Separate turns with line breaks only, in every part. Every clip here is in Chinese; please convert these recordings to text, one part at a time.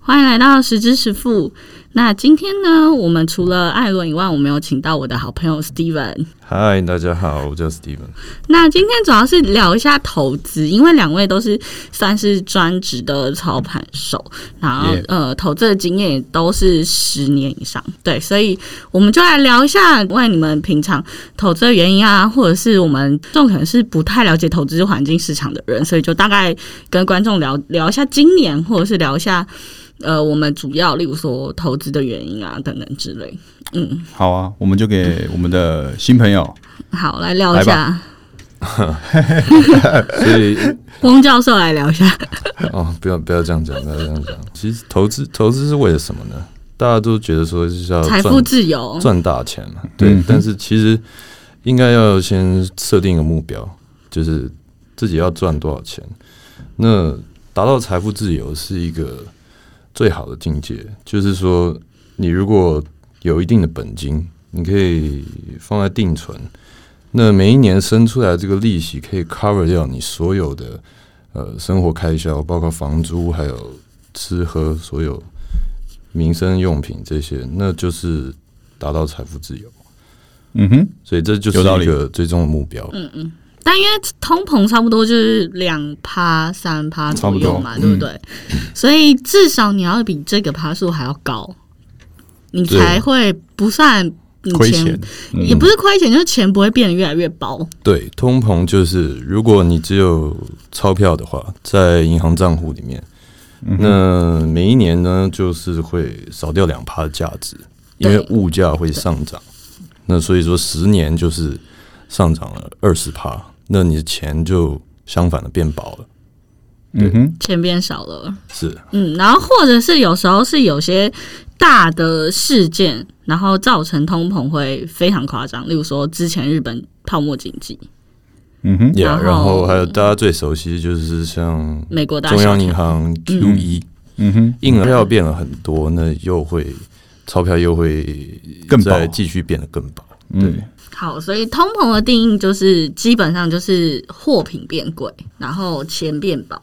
欢迎来到十之十富。那今天呢，我们除了艾伦以外，我们有请到我的好朋友 Steven。
嗨，大家好，我叫 Steven。
那今天主要是聊一下投资，因为两位都是算是专职的操盘手，然后
Yeah
呃，投资的经验也都是十年以上，对，所以我们就来聊一下，问你们平常投资的原因啊，或者是我们这种可能是不太了解投资环境市场的人，所以就大概跟观众聊聊一下今年，或者是聊一下。呃，我们主要例如说投资的原因啊，等等之类。
好啊，我们就给我们的新朋友，
好，来聊一
来吧
下，
所以
翁教授来聊一下。
哦，不要不要这样讲，不要这样讲。其实投资投资是为了什么呢？大家都觉得说是要
财富
赚
自由，
赚大钱嘛，对。
嗯
但是其实应该要先设定一个目标，就是自己要赚多少钱。那达到财富自由是一个最好的境界，就是说你如果有一定的本金，你可以放在定存，那每一年生出来的这个利息可以 cover 掉你所有的呃生活开销，包括房租还有吃喝所有民生用品这些，那就是达到财富自由。
嗯哼，
所以这就是
有道理
一个最终的目标。
嗯但因为通膨差不多就是两趴三趴左右嘛，
差不多嗯
对不对？所以至少你要比这个趴数还要高，你才会不算你
亏钱，嗯
也不是亏钱，就是钱不会变得越来越薄。
对，通膨就是如果你只有钞票的话，在银行账户里面，
嗯
那每一年呢就是会少掉两趴的价值，因为
对
物价会上涨。那所以说，十年就是上涨了二十趴，那你的钱就相反的变薄了。
嗯哼，
钱变少了，
是，
嗯，然后或者是有时候是有些大的事件，然后造成通膨会非常夸张，例如说之前日本泡沫经济、
嗯哼，
yeah,
然后
然后还有大家最熟悉就是像
美国大萧
中
条
央银行 E QE，、
嗯哼，
硬票变了很多，那又会钞票又会
更薄
再继续变得更薄。
对，
好，所以通膨的定义就是基本上就是货品变贵，然后钱变薄。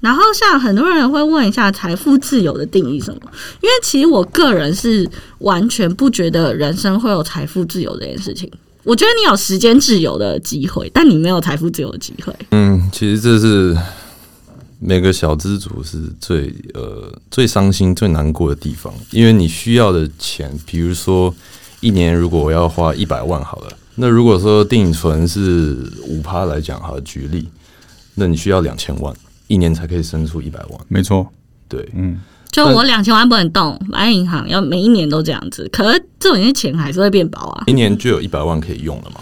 然后像很多人会问一下财富自由的定义是什么？因为其实我个人是完全不觉得人生会有财富自由这件事情。我觉得你有时间自由的机会，但你没有财富自由的机会。
嗯，其实这是每个小资主是最呃最伤心、最难过的地方，因为你需要的钱，比如说一年如果我要花一百万好了，那如果说定存是五趴来讲哈，举例，那你需要两千万，一年才可以生出一百万。
没错，
对，
嗯，
就我两千万不能动，来银行要每一年都这样子，可是这种钱还是会变薄啊。
一年就有一百万可以用了嘛。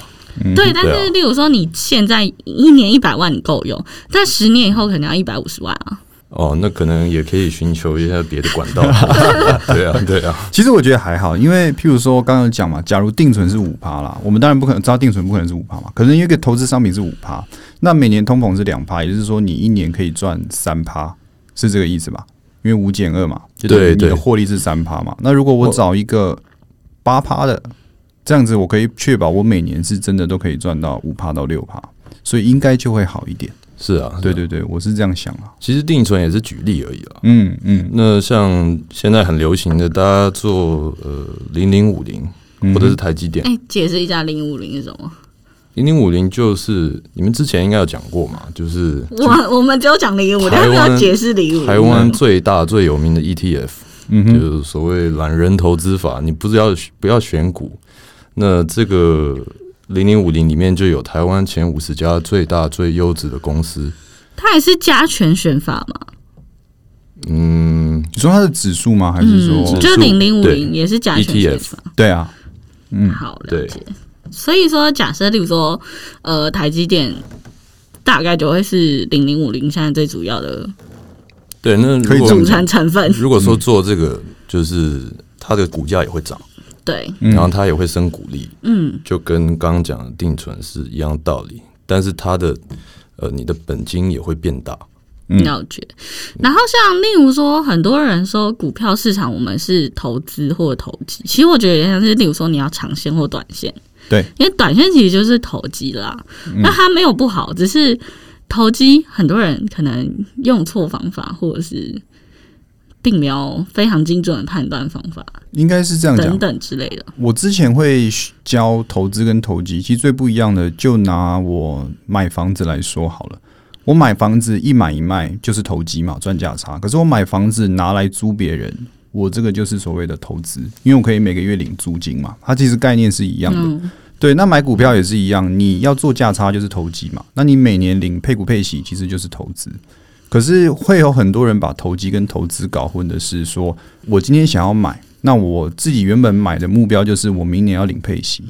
对，但
对
是
啊
例如说你现在一年一百万你够用，但十年以后可能要一百五十万啊。
哦，那可能也可以寻求一下别的管 道。对啊，对啊，
其实我觉得还好，因为譬如说刚刚有讲嘛，假如定存是五趴啦，我们当然不可能知道定存不可能是五趴嘛，可是因为一个投资商品是五趴，那每年通膨是两趴，也就是说你一年可以赚三趴，是这个意思吧？因为五减二嘛，就
对
是你
对
的获利是三趴嘛。那如果我找一个八趴的，这样子我可以确保我每年是真的都可以赚到五趴到六趴，所以应该就会好一点。
是啊，
对对对，我是这样想啊。
其实定存也是举例而已啦。
嗯嗯，
那像现在很流行的，大家做呃零零五零
嗯
或者是台积电
哎、解释一下零五零是什么？
零零五零，就是你们之前应该有讲过嘛，就是
我我们只有讲零五，
台
但是没
湾
有解释零五。
台湾最大最有名的 ETF，
嗯哼
就是所谓懒人投资法，你不知道不要选股。那这个零零五零里面就有台湾前五十家最大最优质的公司，
它也是加权选法嘛，
嗯，
你说它的指数吗？还是说、
指数
就零零五
哦对 E
零也是加权选
ETF
法。
对啊？嗯
好，了
对
解。所以说，假设例如说，呃，台积电大概就会是零零五零现在最主要的
对，那如
可以
果
这
组
么
成成分。
如果说
嗯
做这个，就是它的股价也会涨，
对，
嗯
然后它也会升股利，
嗯，
就跟刚刚讲的定存是一样道理。但是它的呃，你的本金也会变大，
嗯
了解。然后像例如说，很多人说股票市场我们是投资或投机，其实我觉得也像是，例如说你要长线或短线，
对，嗯
因为短线其实就是投机啦。那它没有不好，只是投机很多人可能用错方法，或者是并没有非常精准的判断方法
应该是这样讲
等。等之类的。
我之前会教投资跟投机，其实最不一样的，就拿我买房子来说好了。我买房子一买一卖就是投机嘛，赚价差。可是我买房子拿来租别人，我这个就是所谓的投资，因为我可以每个月领租金嘛。它其实概念是一样的。
嗯，
对，那买股票也是一样，你要做价差就是投机嘛，那你每年领配股配息其实就是投资。可是会有很多人把投机跟投资搞混的是说，我今天想要买，那我自己原本买的目标就是我明年要领配息，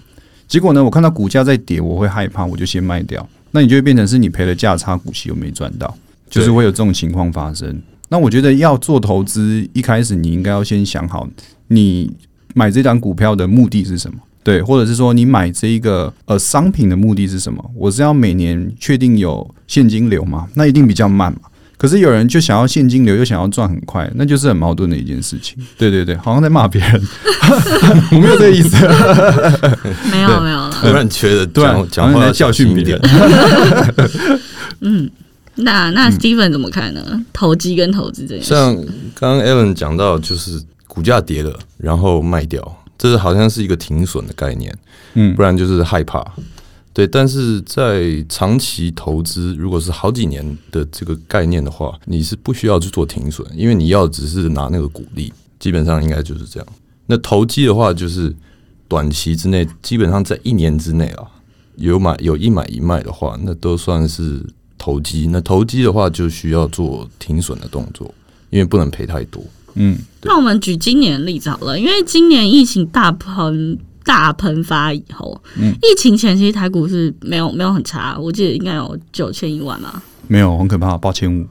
结果呢，我看到股价在跌，我会害怕，我就先卖掉，那你就会变成是你赔了价差，股息又没赚到，就是
对
会有这种情况发生。那我觉得要做投资，一开始你应该要先想好你买这张股票的目的是什么？对，或者是说你买这一个呃商品的目的是什么？我是要每年确定有现金流嘛？那一定比较慢嘛。可是有人就想要现金流，又想要赚很快，那就是很矛盾的一件事情。对对对，好像在骂别人， 我没有这个意思。
没有没有了。
突然觉得
对啊
讲
好
讲
像
话
在
要
教训
小心
别
一点
人。
那
嗯
那 Steven 怎么看呢？投机跟投资这件事，
像刚刚 Alan 讲到，就是股价跌了，然后卖掉，这是好像是一个停损的概念，
嗯
不然就是害怕。对，但是在长期投资，如果是好几年的这个概念的话，你是不需要去做停损，因为你要只是拿那个股利，基本上应该就是这样。那投机的话，就是短期之内，基本上在一年之内啊，有买有一买一卖的话，那都算是投机。那投机的话，就需要做停损的动作，因为不能赔太多。
嗯，
那我们举今年的例子好了，因为今年疫情大喷大喷发以后，
嗯
疫情前期台股是没有没有很差，我记得应该有九千一万嘛。
没有，很可怕，八千五，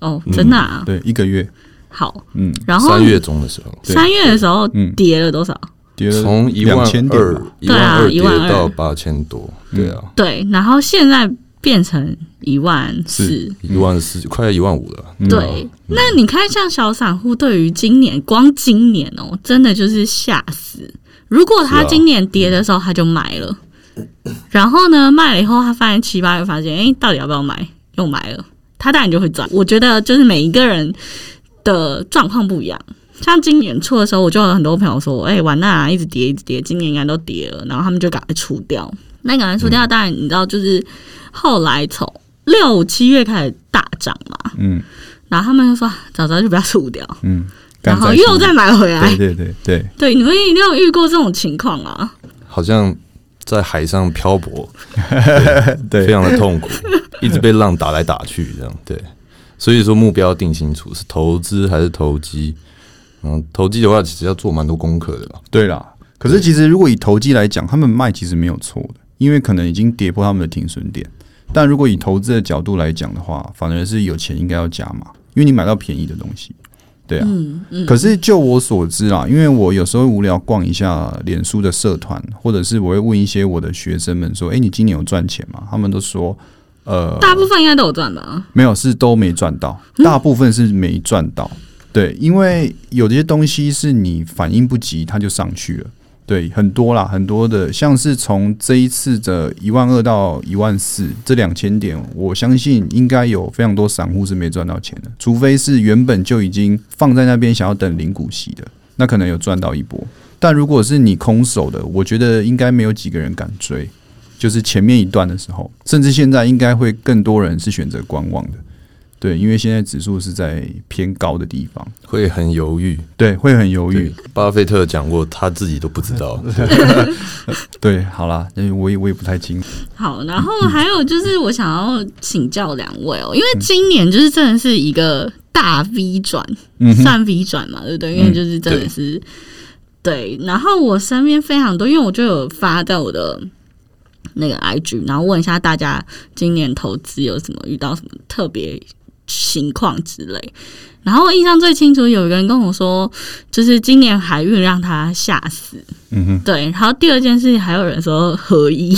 哦，真的啊，
嗯对，一个月，
好。
嗯，
然后
三月中的时候，
对
三月的时候
嗯
跌了多少？
跌了
从一万
2000点
二
吧，
一万二
对啊
跌到八千多，对啊，
对，然后现在变成一万四
是。
一万四，快要一万五了。
嗯
对，那你看，像小散户对于今年，光今年哦，真的就是吓死。如果他
是啊
今年跌的时候他就买了，然后呢卖了以后，他发现七八月发现，哎、到底要不要买？又买了，他当然就会赚。我觉得就是每一个人的状况不一样。像今年初的时候，我就有很多朋友说：“哎、完蛋、啊，一直跌，一直跌，今年应该都跌了。”然后他们就赶快出掉。那赶快出掉，当然你知道，就是后来从六七月开始大涨嘛，
嗯
然后他们就说啊早知道就不要出掉，
嗯，
然后
赶在
又
心
再买回来
对。对对对，
对，你们一定有遇过这种情况啊？
好像在海上漂泊，
对
非常的 痛苦，一直被浪打来打去，这样对。所以说目标定清楚，是投资还是投机？嗯，投机的话，其实要做蛮多功课的吧。
对啦，可是其实如果以投机来讲，他们卖其实没有错的，因为可能已经跌破他们的停损点。但如果以投资的角度来讲的话，反而是有钱应该要加码，因为你买到便宜的东西。对啊，
嗯嗯，
可是就我所知啦，因为我有时候无聊逛一下脸书的社团，或者是我会问一些我的学生们说：“诶，你今年有赚钱吗？”他们都说：“呃，
大部分应该都有赚吧？
没有，是都没赚到，大部分是没赚到。对，因为有些东西是你反应不及，它就上去了。对，很多啦，很多的，像是从这一次的一万二到一万四这两千点，我相信应该有非常多散户是没赚到钱的，除非是原本就已经放在那边想要等零股息的，那可能有赚到一波。但如果是你空手的，我觉得应该没有几个人敢追。就是前面一段的时候，甚至现在应该会更多人是选择观望的，对，因为现在指数是在偏高的地方，
会很犹豫。
对，会很犹
对
豫，，
巴菲特讲过，他自己都不知 道。
对，好啦，那我也我也不太清楚，
好，然后还有就是，我想要请教两位哦，因为今年就是真的是一个大 V 转，
嗯哼，嗯
算 V 转嘛，对不对？因为就是真的是、对。然后我身边非常多，因为我就有发在我的那个 IG，然后问一下大家今年投资有什么遇到什么特别情况之类。然后我印象最清楚，有一个人跟我说，就是今年海运让他吓死。
嗯哼，
对，然后第二件事情还有人说合一，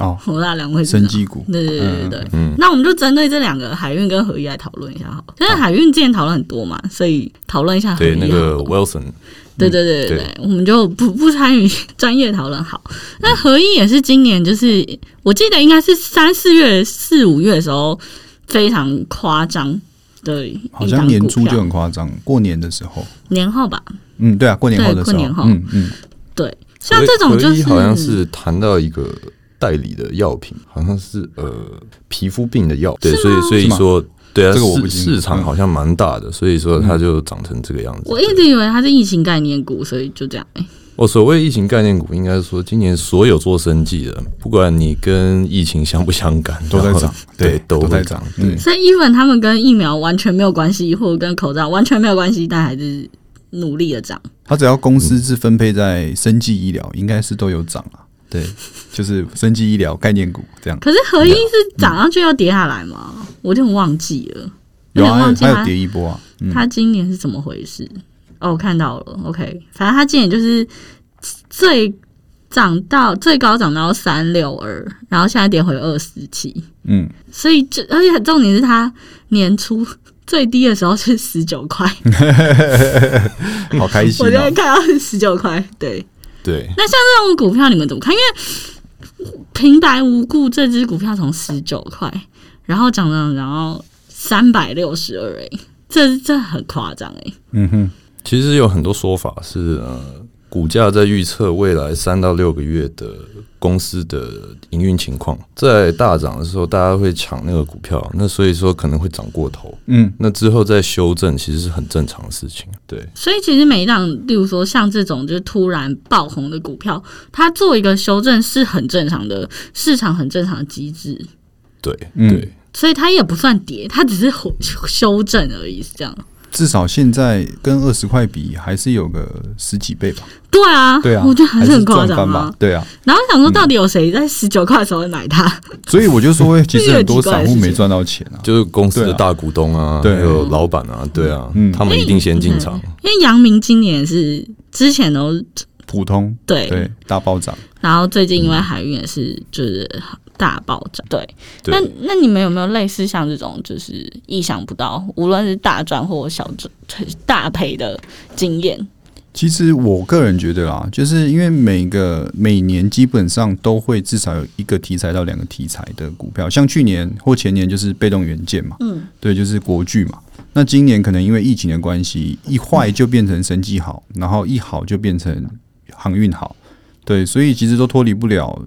哦，
我那两位知道
生技股，
对对对对对，
嗯
那我们就针对这两个海运跟合一来讨论一下好了，因为海运之前讨论很多嘛，所以讨论一下合一
对，
好
那
了。
个 Wilson，
对对对对
嗯
对，我们就不不参与专业讨论好。那合一也是今年，就是我记得应该是三四月、四五月的时候非常夸张，的
好
一
像
档
年
股
初就
票，
很夸张，过年的时候，
年后吧，
嗯，对啊，过年后的时
对过
候
年，后
嗯嗯，
对，像这种就
合一
是
好像是谈到一个代理的药品，好像是呃皮肤病的药，对，所以所以
是吗
说。对啊，
这个我
市
不清楚嗯
市场好像蛮大的，所以说它就长成这个样子。
嗯我一直以为它是疫情概念股，所以就这样。哎、
我所谓疫情概念股，应该说今年所有做生计的，不管你跟疫情相不相干，
都在
然后
涨
对
对，
都
都在
会
涨
涨，
嗯
对，
所以 even 他们跟疫苗完全没有关系，或者跟口罩完全没有关系，但还是努力的涨。
它只要公司是分配在生技
嗯
医疗，应该是都有涨啊。对，就是生技医疗概念股 这样。
可是合一是涨上去又跌下来吗？我有点忘记了，
有
点
啊，
忘记
还有
它
跌一波啊。嗯，
它今年是怎么回事？哦，我看到了，OK，反正它今年就是最涨到最高涨到三六二，然后现在跌回二十七，
嗯，
所以这而且重点是它年初最低的时候是 十九块，
好开心
我就
啊
会！看到是十九块，对。
对，
那像这种股票你们怎么看？因为平白无故这只股票从十九块，然后涨涨，然后三百六十二，哎，这这很夸张哎。
嗯哼，
其实有很多说法是，呃，股价在预测未来三到六个月的公司的营运情况，在大涨的时候，大家会抢那个股票，那所以说可能会涨过头。
嗯，
那之后再修正，其实是很正常的事情。对，
所以其实每一档，例如说像这种就是突然爆红的股票，它做一个修正是很正常的，市场很正常的机制，
对，
嗯
对，
所以它也不算跌，它只是吼修正而已，是这样。
至少现在跟二十块比，还是有个十几倍吧？
对啊，
对啊，
我觉得还
是
是很夸
赚
张
翻
啊
吧。？对啊，
然后想说，到底有谁在十九块的时候会买它？
所以我就说，其实很多
这个
散
有奇怪的事
户
情
没赚到钱啊。
就是公司
对
的
啊
大股东啊，还
对
有老板啊，对啊，
嗯
他们一定先进场。
因为阳明今年是之前都
普通
对，
对大暴涨，
然后最近因为海运也是就是大暴涨，对。
对，
那那你们有没有类似像这种就是意想不到，无论是大赚或小赚大赔的经验？
其实我个人觉得啦，就是因为每个每年基本上都会至少有一个题材到两个题材的股票，像去年或前年就是被动元件嘛，
嗯，
对，就是国巨嘛。那今年可能因为疫情的关系，一坏就变成生技好，然后一好就变成航运好，对，所以其实都脱离不了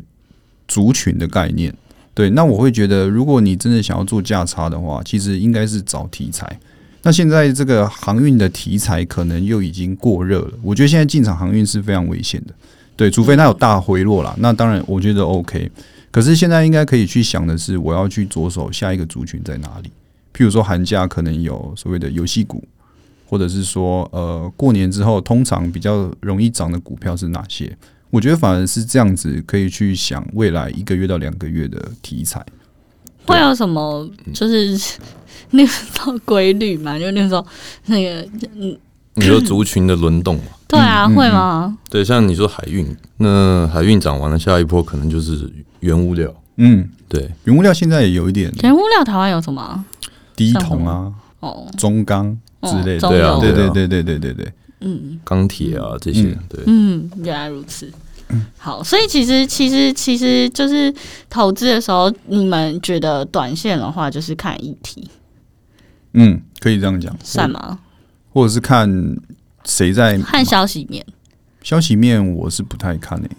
族群的概念。对，那我会觉得，如果你真的想要做价差的话，其实应该是找题材。那现在这个航运的题材可能又已经过热了，我觉得现在进场航运是非常危险的。对，除非它有大回落啦，那当然我觉得 OK。可是现在应该可以去想的是，我要去着手下一个族群在哪里。譬如说寒假可能有所谓的游戏股，或者是说呃过年之后通常比较容易涨的股票是哪些？我觉得反而是这样子可以去想未来一个月到两个月的题材。
会有什么
嗯
就是？那个时候规律嘛，就那个时候那个，
你说族群的轮动嘛，
对啊，
嗯嗯
会吗？
对，像你说海运，那海运涨完了，下一波可能就是原物料，
嗯，
对，
原物料现在也有一点
原物料台湾有什么啊？
低铜啊、
哦，
中钢之类的。
哦
对啊
中
对
油
对对对对对对，
嗯
钢铁啊这些，对，
嗯，原来如此。好，所以其实其实其实就是投资的时候，你们觉得短线的话，就是看议题
嗯，可以这样讲。
算吗？
或者是看谁在
看消息面
消息面，我是不太看诶、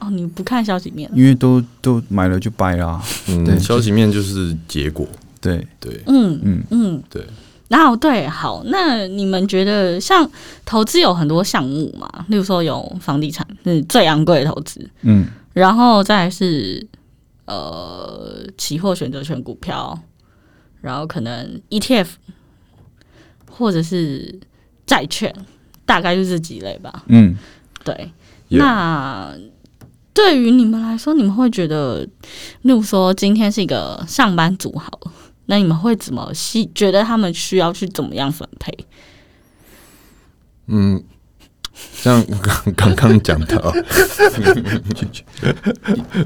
哦，你不看消息面，
因为都都买了就掰啦。对
嗯，消息面就是结果，
对，
对
嗯
嗯
嗯，
对。
然后对，好，那你们觉得像投资有很多项目嘛？例如说有房地产是最昂贵的投资，
嗯，
然后再来是呃期货选择权股票，然后可能 ETF 或者是债券，大概就是这几类吧。
嗯，
对
Yeah
那对于你们来说，你们会觉得，例如说今天是一个上班族好了，那你们会怎么细觉得他们需要去怎么样分配？
嗯，像刚刚刚讲到，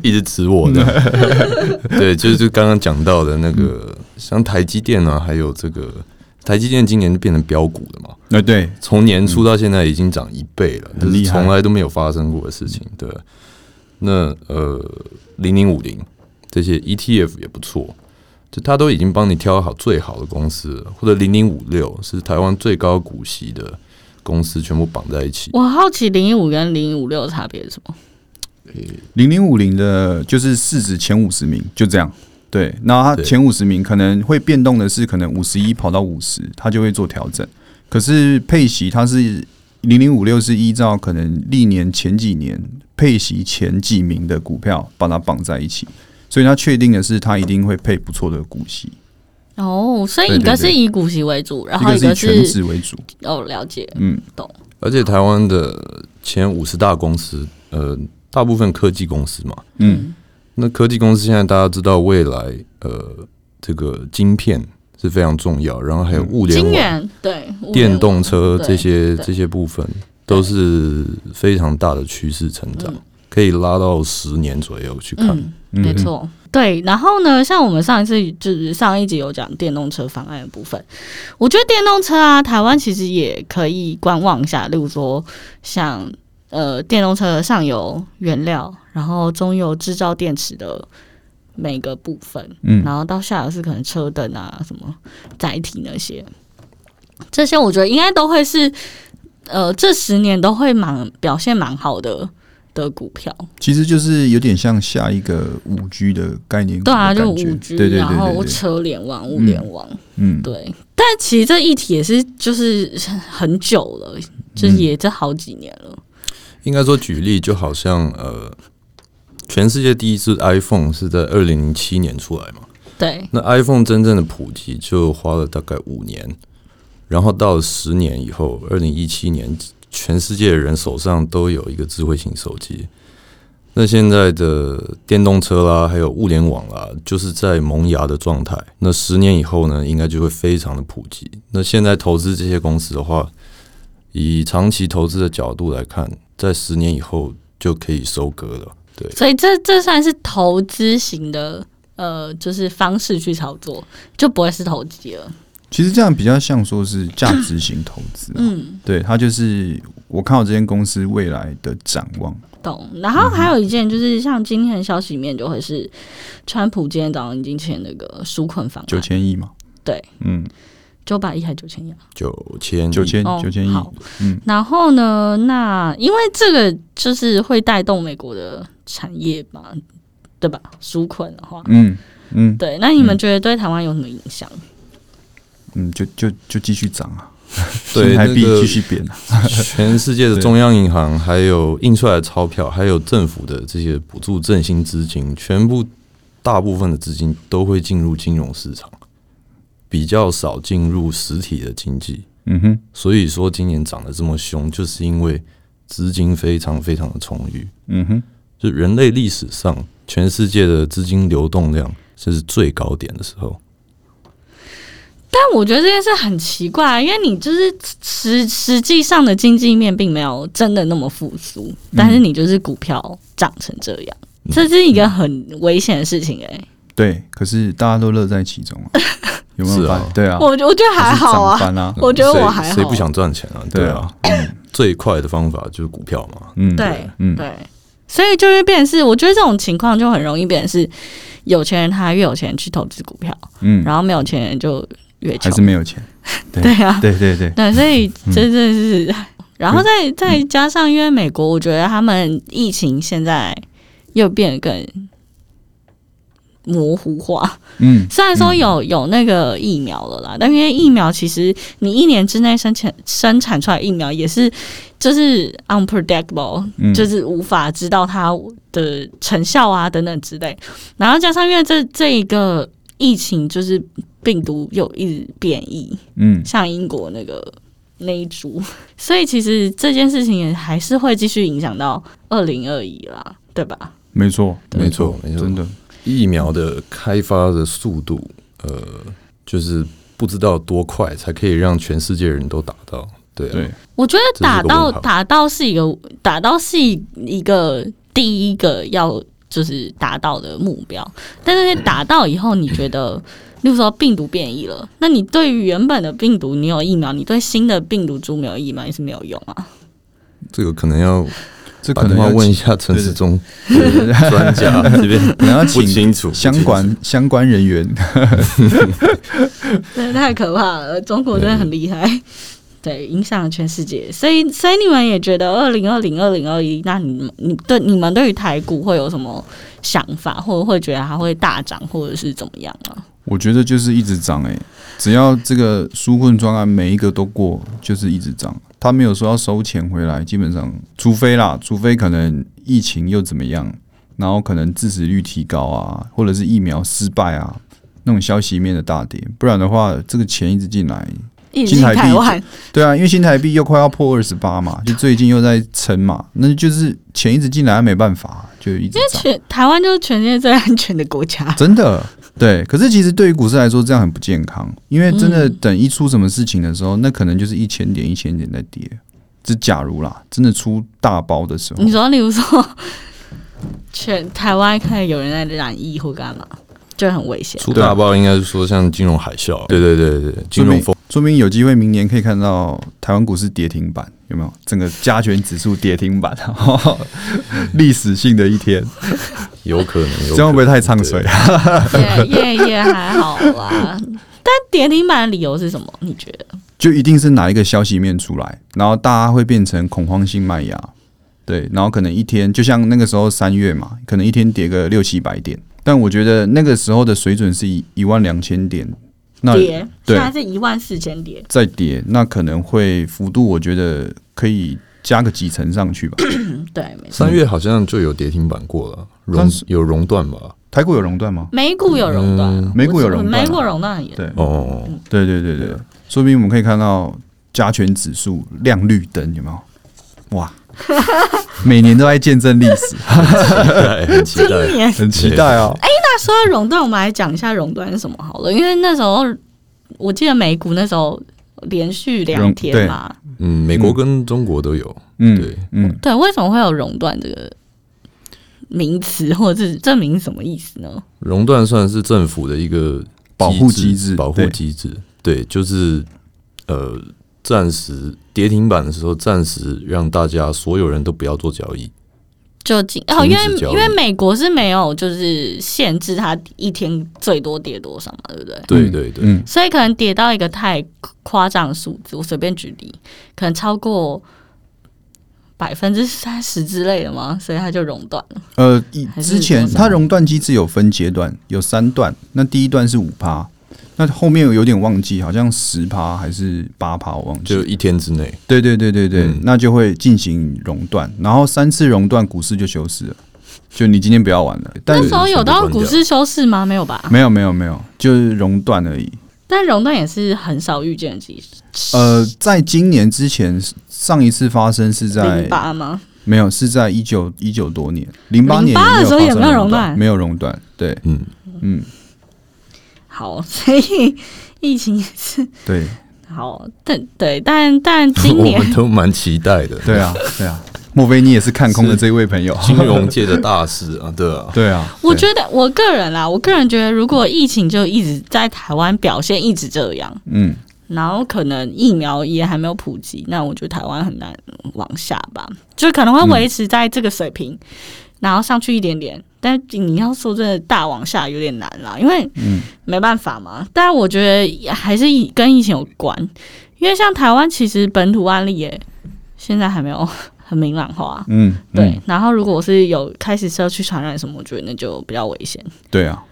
一一直指我的，对，就是刚刚讲到的那个，像台积电啊，还有这个台积电今年变成标股了嘛，
那、哎对，
从年初到现在已经涨一倍了，
嗯很
这
厉
是
害嗯
从来都没有发生过的事情。对，E 那呃，零零五零这些 ETF 也不错。就他都已经帮你挑好最好的公司了，或者零零五六是台湾最高股息的公司，全部绑在一起。
我好奇零一五跟零五六的差别是什么？
零零五零的，就是市值前五十名，就这样。对，那它
对
前五十名可能会变动的是，可能五十一跑到五十，它就会做调整。可是配息它是零零五六，是依照可能历年前几年配息前几名的股票把它绑在一起，所以它确定的是它一定会配不错的股息，
哦，所以
对
一个
对对
是以股息为主，然
一
后
个
一个
以全
是
职为主。
哦，了解，
嗯，
而且台湾的前五十大公司，呃，大部分科技公司嘛，
嗯，
那科技公司现在大家知道，未来呃，这个晶片是非常重要，然后还有物联
金
网、
源对物联
电
网
动车
对
这些
对
这些部分都是非常大的趋势成长，可以拉到十年左右去看。
嗯，没错。对，然后呢？像我们上一次就是上一集有讲电动车方案的部分，我觉得电动车啊，台湾其实也可以观望一下，例如说像呃电动车上游原料，然后中游制造电池的每个部分，
嗯
然后到下游是可能车灯啊、什么载体那些，这些我觉得应该都会是呃这十年都会蛮表现蛮好的的股票。
其实就是有点像下一个五 G 的概念股
对
的
啊，
感觉，
就五 G，
对对对
然
对
后
对，
车联网、物联网，
嗯，
对。但其实这议题也是就是很久了，
嗯
就是也这好几年了。
应该说，举例就好像呃，全世界第一支 iPhone 是在二零零七年出来嘛，
对，
那 iPhone 真正的普及就花了大概五年，然后到十年以后，二零一七年，全世界的人手上都有一个智慧型手机。那现在的电动车啦，还有物联网啦，就是在萌芽的状态。那十年以后呢，应该就会非常的普及。那现在投资这些公司的话，以长期投资的角度来看，在十年以后就可以收割了。对，
所以这这算是投资型的呃，就是方式去操作，就不会是投机了。
其实这样比较像说是价值型投资、嗯，对，它就是我看好这间公司未来的展望。
懂。然后还有一件就是，像今天的消息里面就会是，川普今天早上已经签那个纾困方
九
案，
千亿嘛，
对，
嗯，
九百亿还九千亿啊，
九千
九千
哦
九千亿，
好
嗯
然后呢，那因为这个就是会带动美国的产业吧，对吧？纾困的话，
嗯嗯
对，那你们觉得对台湾有什么影响？
嗯，就就就继续涨啊，
对
新台币
那个
继续贬啊，
全世界的中央银行，还有印出来的钞票，还有政府的这些补助振兴资金，全部大部分的资金都会进入金融市场，比较少进入实体的经济。
嗯哼，
所以说今年涨得这么凶，就是因为资金非常非常的充裕。
嗯哼，
就人类历史上，全世界的资金流动量这是最高点的时候。
但我觉得这件事很奇怪，因为你就是实实际上的经济面并没有真的那么复苏，
嗯
但是你就是股票涨成这样，这是一个很危险的事情哎、
对，可是大家都乐在其中 啊，有没
是
有
啊
发？对啊，
我我觉得还好
可是
啊，
涨翻啊，
我觉得我还
谁
好，
谁不想赚钱啊？对啊，最快的方法就是股票嘛。
嗯，
对，
嗯
对，所以就会变成是，我觉得这种情况就很容易变成是，有钱人他越有钱去投资股票，
嗯，
然后没有钱人就越
还
穷
是。没嗯有钱，
对啊，
对对对，
对，所以真的是，然后
嗯
再再加上，因为美国，我觉得他们疫情现在又变得更模糊化。
嗯，
虽然说有有那个疫苗了啦，但因为疫苗其实你一年之内生产生产出来疫苗也是就是 unpredictable，、
嗯
就是无法知道它的成效啊等等之类。然后加上因为这这一个疫情就是病毒又一直变异，
嗯
像英国那个那一株， 所以其实这件事情也还是会继续影响到二零二一啦，对吧？
没错，
没错没错
真的，
疫苗的开发的速度，呃，就是不知道多快才可以让全世界人都打到。对啊、
对，
我觉得打到
这是个问号
打到是一个打到是一个第一个要就是达到的目标，但是打到以后，你觉 得，例如说病毒变异了，那你对于原本的病毒你有疫苗，你对新的病毒株没有疫苗也是没有用啊。
这个可能要
这
打
可
电
能
话
要
问一下陈世忠对专 家这边
可能要
不
请
清楚，不
相
清楚
关相关人员，
对，太可怕了，中国真的很厉害， 对，影响了全世界。所以，所以你们也觉得二零二零、二零二一，那你们你对你们对于台股会有什么想法，或者会觉得它会大涨，或者是怎么样吗？
我觉得就是一直涨哎、只要这个纾困专案每一个都过，就是一直涨。他没有说要收钱回来，基本上除非啦，除非可能疫情又怎么样，然后可能致死率提高啊，或者是疫苗失败啊，那种消息面的大跌，不然的话，这个钱一直进来，
一直
金台币
台湾，
对啊，因为新台币又快要破二十八嘛，就最近又在撑嘛，那就是钱一直进来，没办法，就一直涨，
全台湾就是全世界最安全的国 家。
真的。对，可是其实对于股市来说，这样很不健康，因为真的
嗯
等一出什么事情的时候，那可能就是一千点一千点在跌。这假如啦，真的出大包的时候，
你说，例如说，全台湾看能有人在染疫或干嘛，就很危险。
出
啊
大包应该是说像金融海啸，对对对对，对金
说
融
明
风
说明有机会明年可以看到台湾股市跌停板，有没有？整个加权指数跌停板， 历史性的一天，
有可能，有
这样会不
可
会
能
太唱衰？啊？
也也也还好 啦。但跌停板的理由是什么？你觉得？
就一定是哪一个消息面出来，然后大家会变成恐慌性卖压，对，然后可能一天就像那个时候三月嘛，可能一天跌个六七百点，但我觉得那个时候的水准是一一万两千点，那
跌，现
对
在是一万四千跌，
再跌，那可能会幅度，我觉得可以加个几层上去吧。
嗯，对，没错。
三月好像就有跌停板过了，熔
但是
有熔断吧？
台股有熔断吗？
美股有熔断啊，
美股有熔断啊
美股熔断很严
对
哦，
对对对对，说明我们可以看到加权指数亮绿灯，有没有？ 哇，每年都在见证历史，
对，很期待。
今年
很期待哦。
那说到熔断，我们来讲一下熔断是什么好了，因为那时候我记得美股那时候连续两
熔
天
对
嘛，
嗯，美国跟中国都有，
嗯
对
嗯，
对，为什么会有熔断这个名词，或者是这名什么意思呢？
熔断算是政府的一个
保护机制
保护
对
机制，对，就是呃，暂时跌停板的时候，暂时让大家所有人都不要做交易，
就进哦，因
停
为
止交易
因为美国是没有就是限制它一天最多跌多少嘛，对不对？
对对对，
嗯，
所以可能跌到一个太夸张的数字，我随便举例，可能超过百分之三十之类的嘛，所以它就熔断了。
呃，以
还是
之前
多少
它熔断机制有分阶段，有三段，那第一段是五趴，那后面有点忘记，好像十趴还是八趴，我忘记
就。一天之内，
对对对对对，
嗯
那就会进行熔断，然后三次熔断，股市就休市了，就你今天不要玩了。但
那时候有到股市休市吗？没有吧？
没有没有没有，就是熔断而已。
但熔断也是很少遇见的机
呃，在今年之前，上一次发生是在
零八吗？
没有是在一九一九多年，零八年
08的时候也
发生
没有熔
熔
断
没有熔断，对，
嗯，
嗯，
好，所以疫情也是
对，
好，但对，但但今
我
年
们都蛮期待的，
对啊，对啊，莫非你也是看空的这位朋友？
金融界的大事啊，对啊，
对啊，
我
对
觉得我个人啊啦，我个人觉得，如果疫情就一直在台湾表现一直这样，
嗯，
然后可能疫苗也还没有普及，那我觉得台湾很难往下吧，就可能
嗯
会维持在这个水平，然后上去一点点。但你要说真的大往下有点难啦，因为
嗯
没办法嘛。但我觉得还是以跟疫情有关，因为像台湾其实本土案例也现在还没有 很明朗化。
嗯，
对，
嗯
然后如果我是有开始社区传染什么，我觉得那就比较危险。
对啊，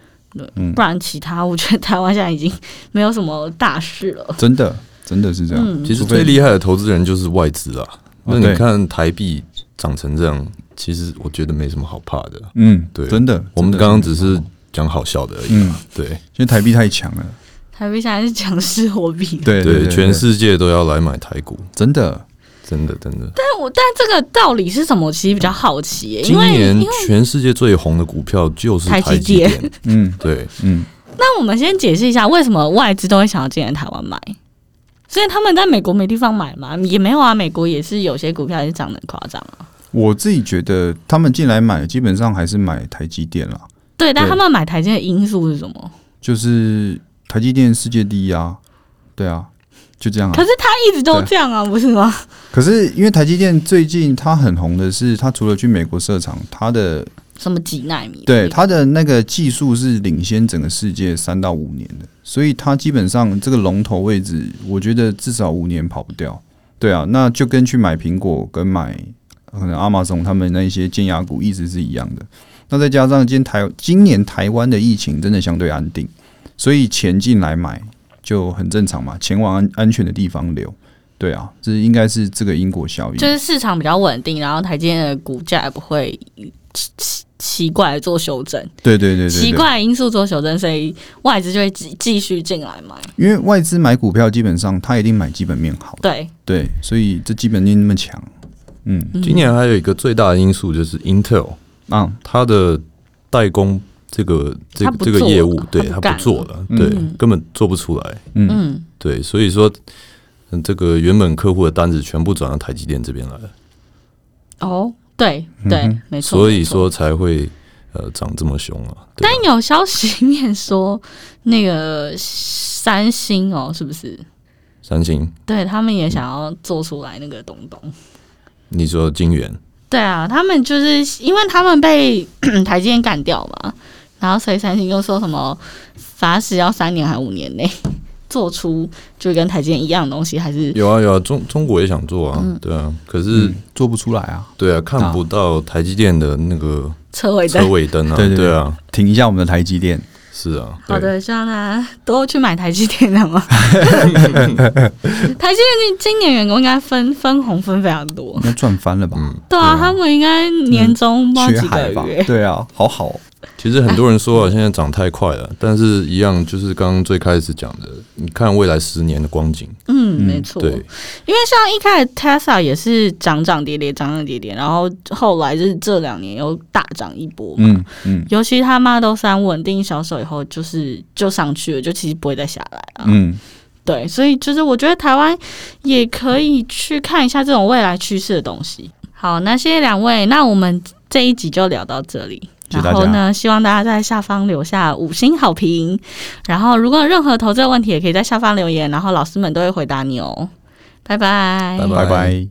嗯
不然其他，我觉得台湾现在已经没有什么大事了。
真的真的是这
嗯
样，
其实
除非哦
最厉害的投资人就是外资啊。那你
对
看台币涨成这样，其实我觉得没什么好怕的。
嗯，
对
真的，
我们
真的
刚刚只是讲好笑的而已
嗯
嘛。对
因为台币太强了，
台币现在是强势货币，
对
对，
对，
全世界都要来买台股，
真的，
真的真的。
但我但这个道理是什么？我其实比较好奇耶、
今
因为
年
因为
全世界最红的股票就是
台积
台积
电
电。
嗯
对，
嗯，
那我们先解释一下，为什么外资都会想要进来台湾买？所以他们在美国没地方买嘛，也没有啊。美国也是有些股票也是涨得很夸张啊。
我自己觉得他们进来买，基本上还是买台积电啦，
对，但
对
他们买台积电的因素是什么？
就是台积电世界第一啊，对啊，就这样啊
可。是他一直都这样啊，不是吗？
可是因为台积电最近它很红的是，它除了去美国设厂，它的
什么几纳米？啊
对，它的那个技术是领先整个世界三到五年的，所以它基本上这个龙头位置，我觉得至少五年跑不掉。对啊，那就跟去买苹果跟买可能阿玛总他们那一些尖牙股意思是一样的。那再加上今天台今年台湾的疫情真的相对安定，所以钱进来买就很正常嘛，钱往安安全的地方流。对啊，这应该是这个因果效应。
就是市场比较稳定，然后台积电的股价也不会奇奇奇怪地做修正，
对对对对对，
奇怪的因素做修正，所以外资就会继继续进来买。
因为外资买股票基本上他一定买基本面好的。
对，
对，所以这基本面那么强，嗯
今年还有一个最大的因素就是 Intel
啊，
它的代工这个这
它
个
不
这个
做
业
了嗯
务
它，
对
不
它
干
不做了，对，根本做不出来，
嗯，
对，所以说。嗯这个原本客户的单子全部转到台积电这边来了，
哦，对对，没错。
所以
没错
说才会呃涨这么凶啊。对
但有消息面说，那个三星哦，是不是？
三星，
对他们也想要做出来那个东东。
你说金元，
对啊，他们就是因为他们被 台积电干掉嘛，然后所以三星就说什么罚时要三年还五年内 做出就跟台积电一样的东西，还是
有啊有啊，中中国也想做啊，对啊，可是、
嗯做不出来啊，
对啊，看不到台积电的那个
车尾
车
灯。
尾灯啊，
对对对
啊，
停一下我们的台积电。
是啊，
好的，哦希望大家都去买台积电，好吗？台积电今年员工应该分分红分非常多，
那赚翻了吧？
对啊，他们应该年终不知道
缺
几
海吧
个月？，
对啊，好好哦，
其实很多人说啊，现在涨太快了，但是一样就是刚刚最开始讲的，你看未来十年的光景，
嗯，没错，
对，
因为像一开始 Tesla 也是涨涨跌跌，涨涨跌跌，然后后来就是这两年又大涨一波嘛。
嗯嗯
尤其他妈都三稳定销售以后，就是就上去了，就其实不会再下来了。
嗯，
对，所以就是我觉得台湾也可以去看一下这种未来趋势的东西。好，那谢谢两位，那我们这一集就聊到这里。
谢谢大
然
家
后呢，希望大家在下方留下五星好评。然后，如果有任何投资的问题，也可以在下方留言，然后老师们都会回答你哦。拜拜，
拜
拜拜。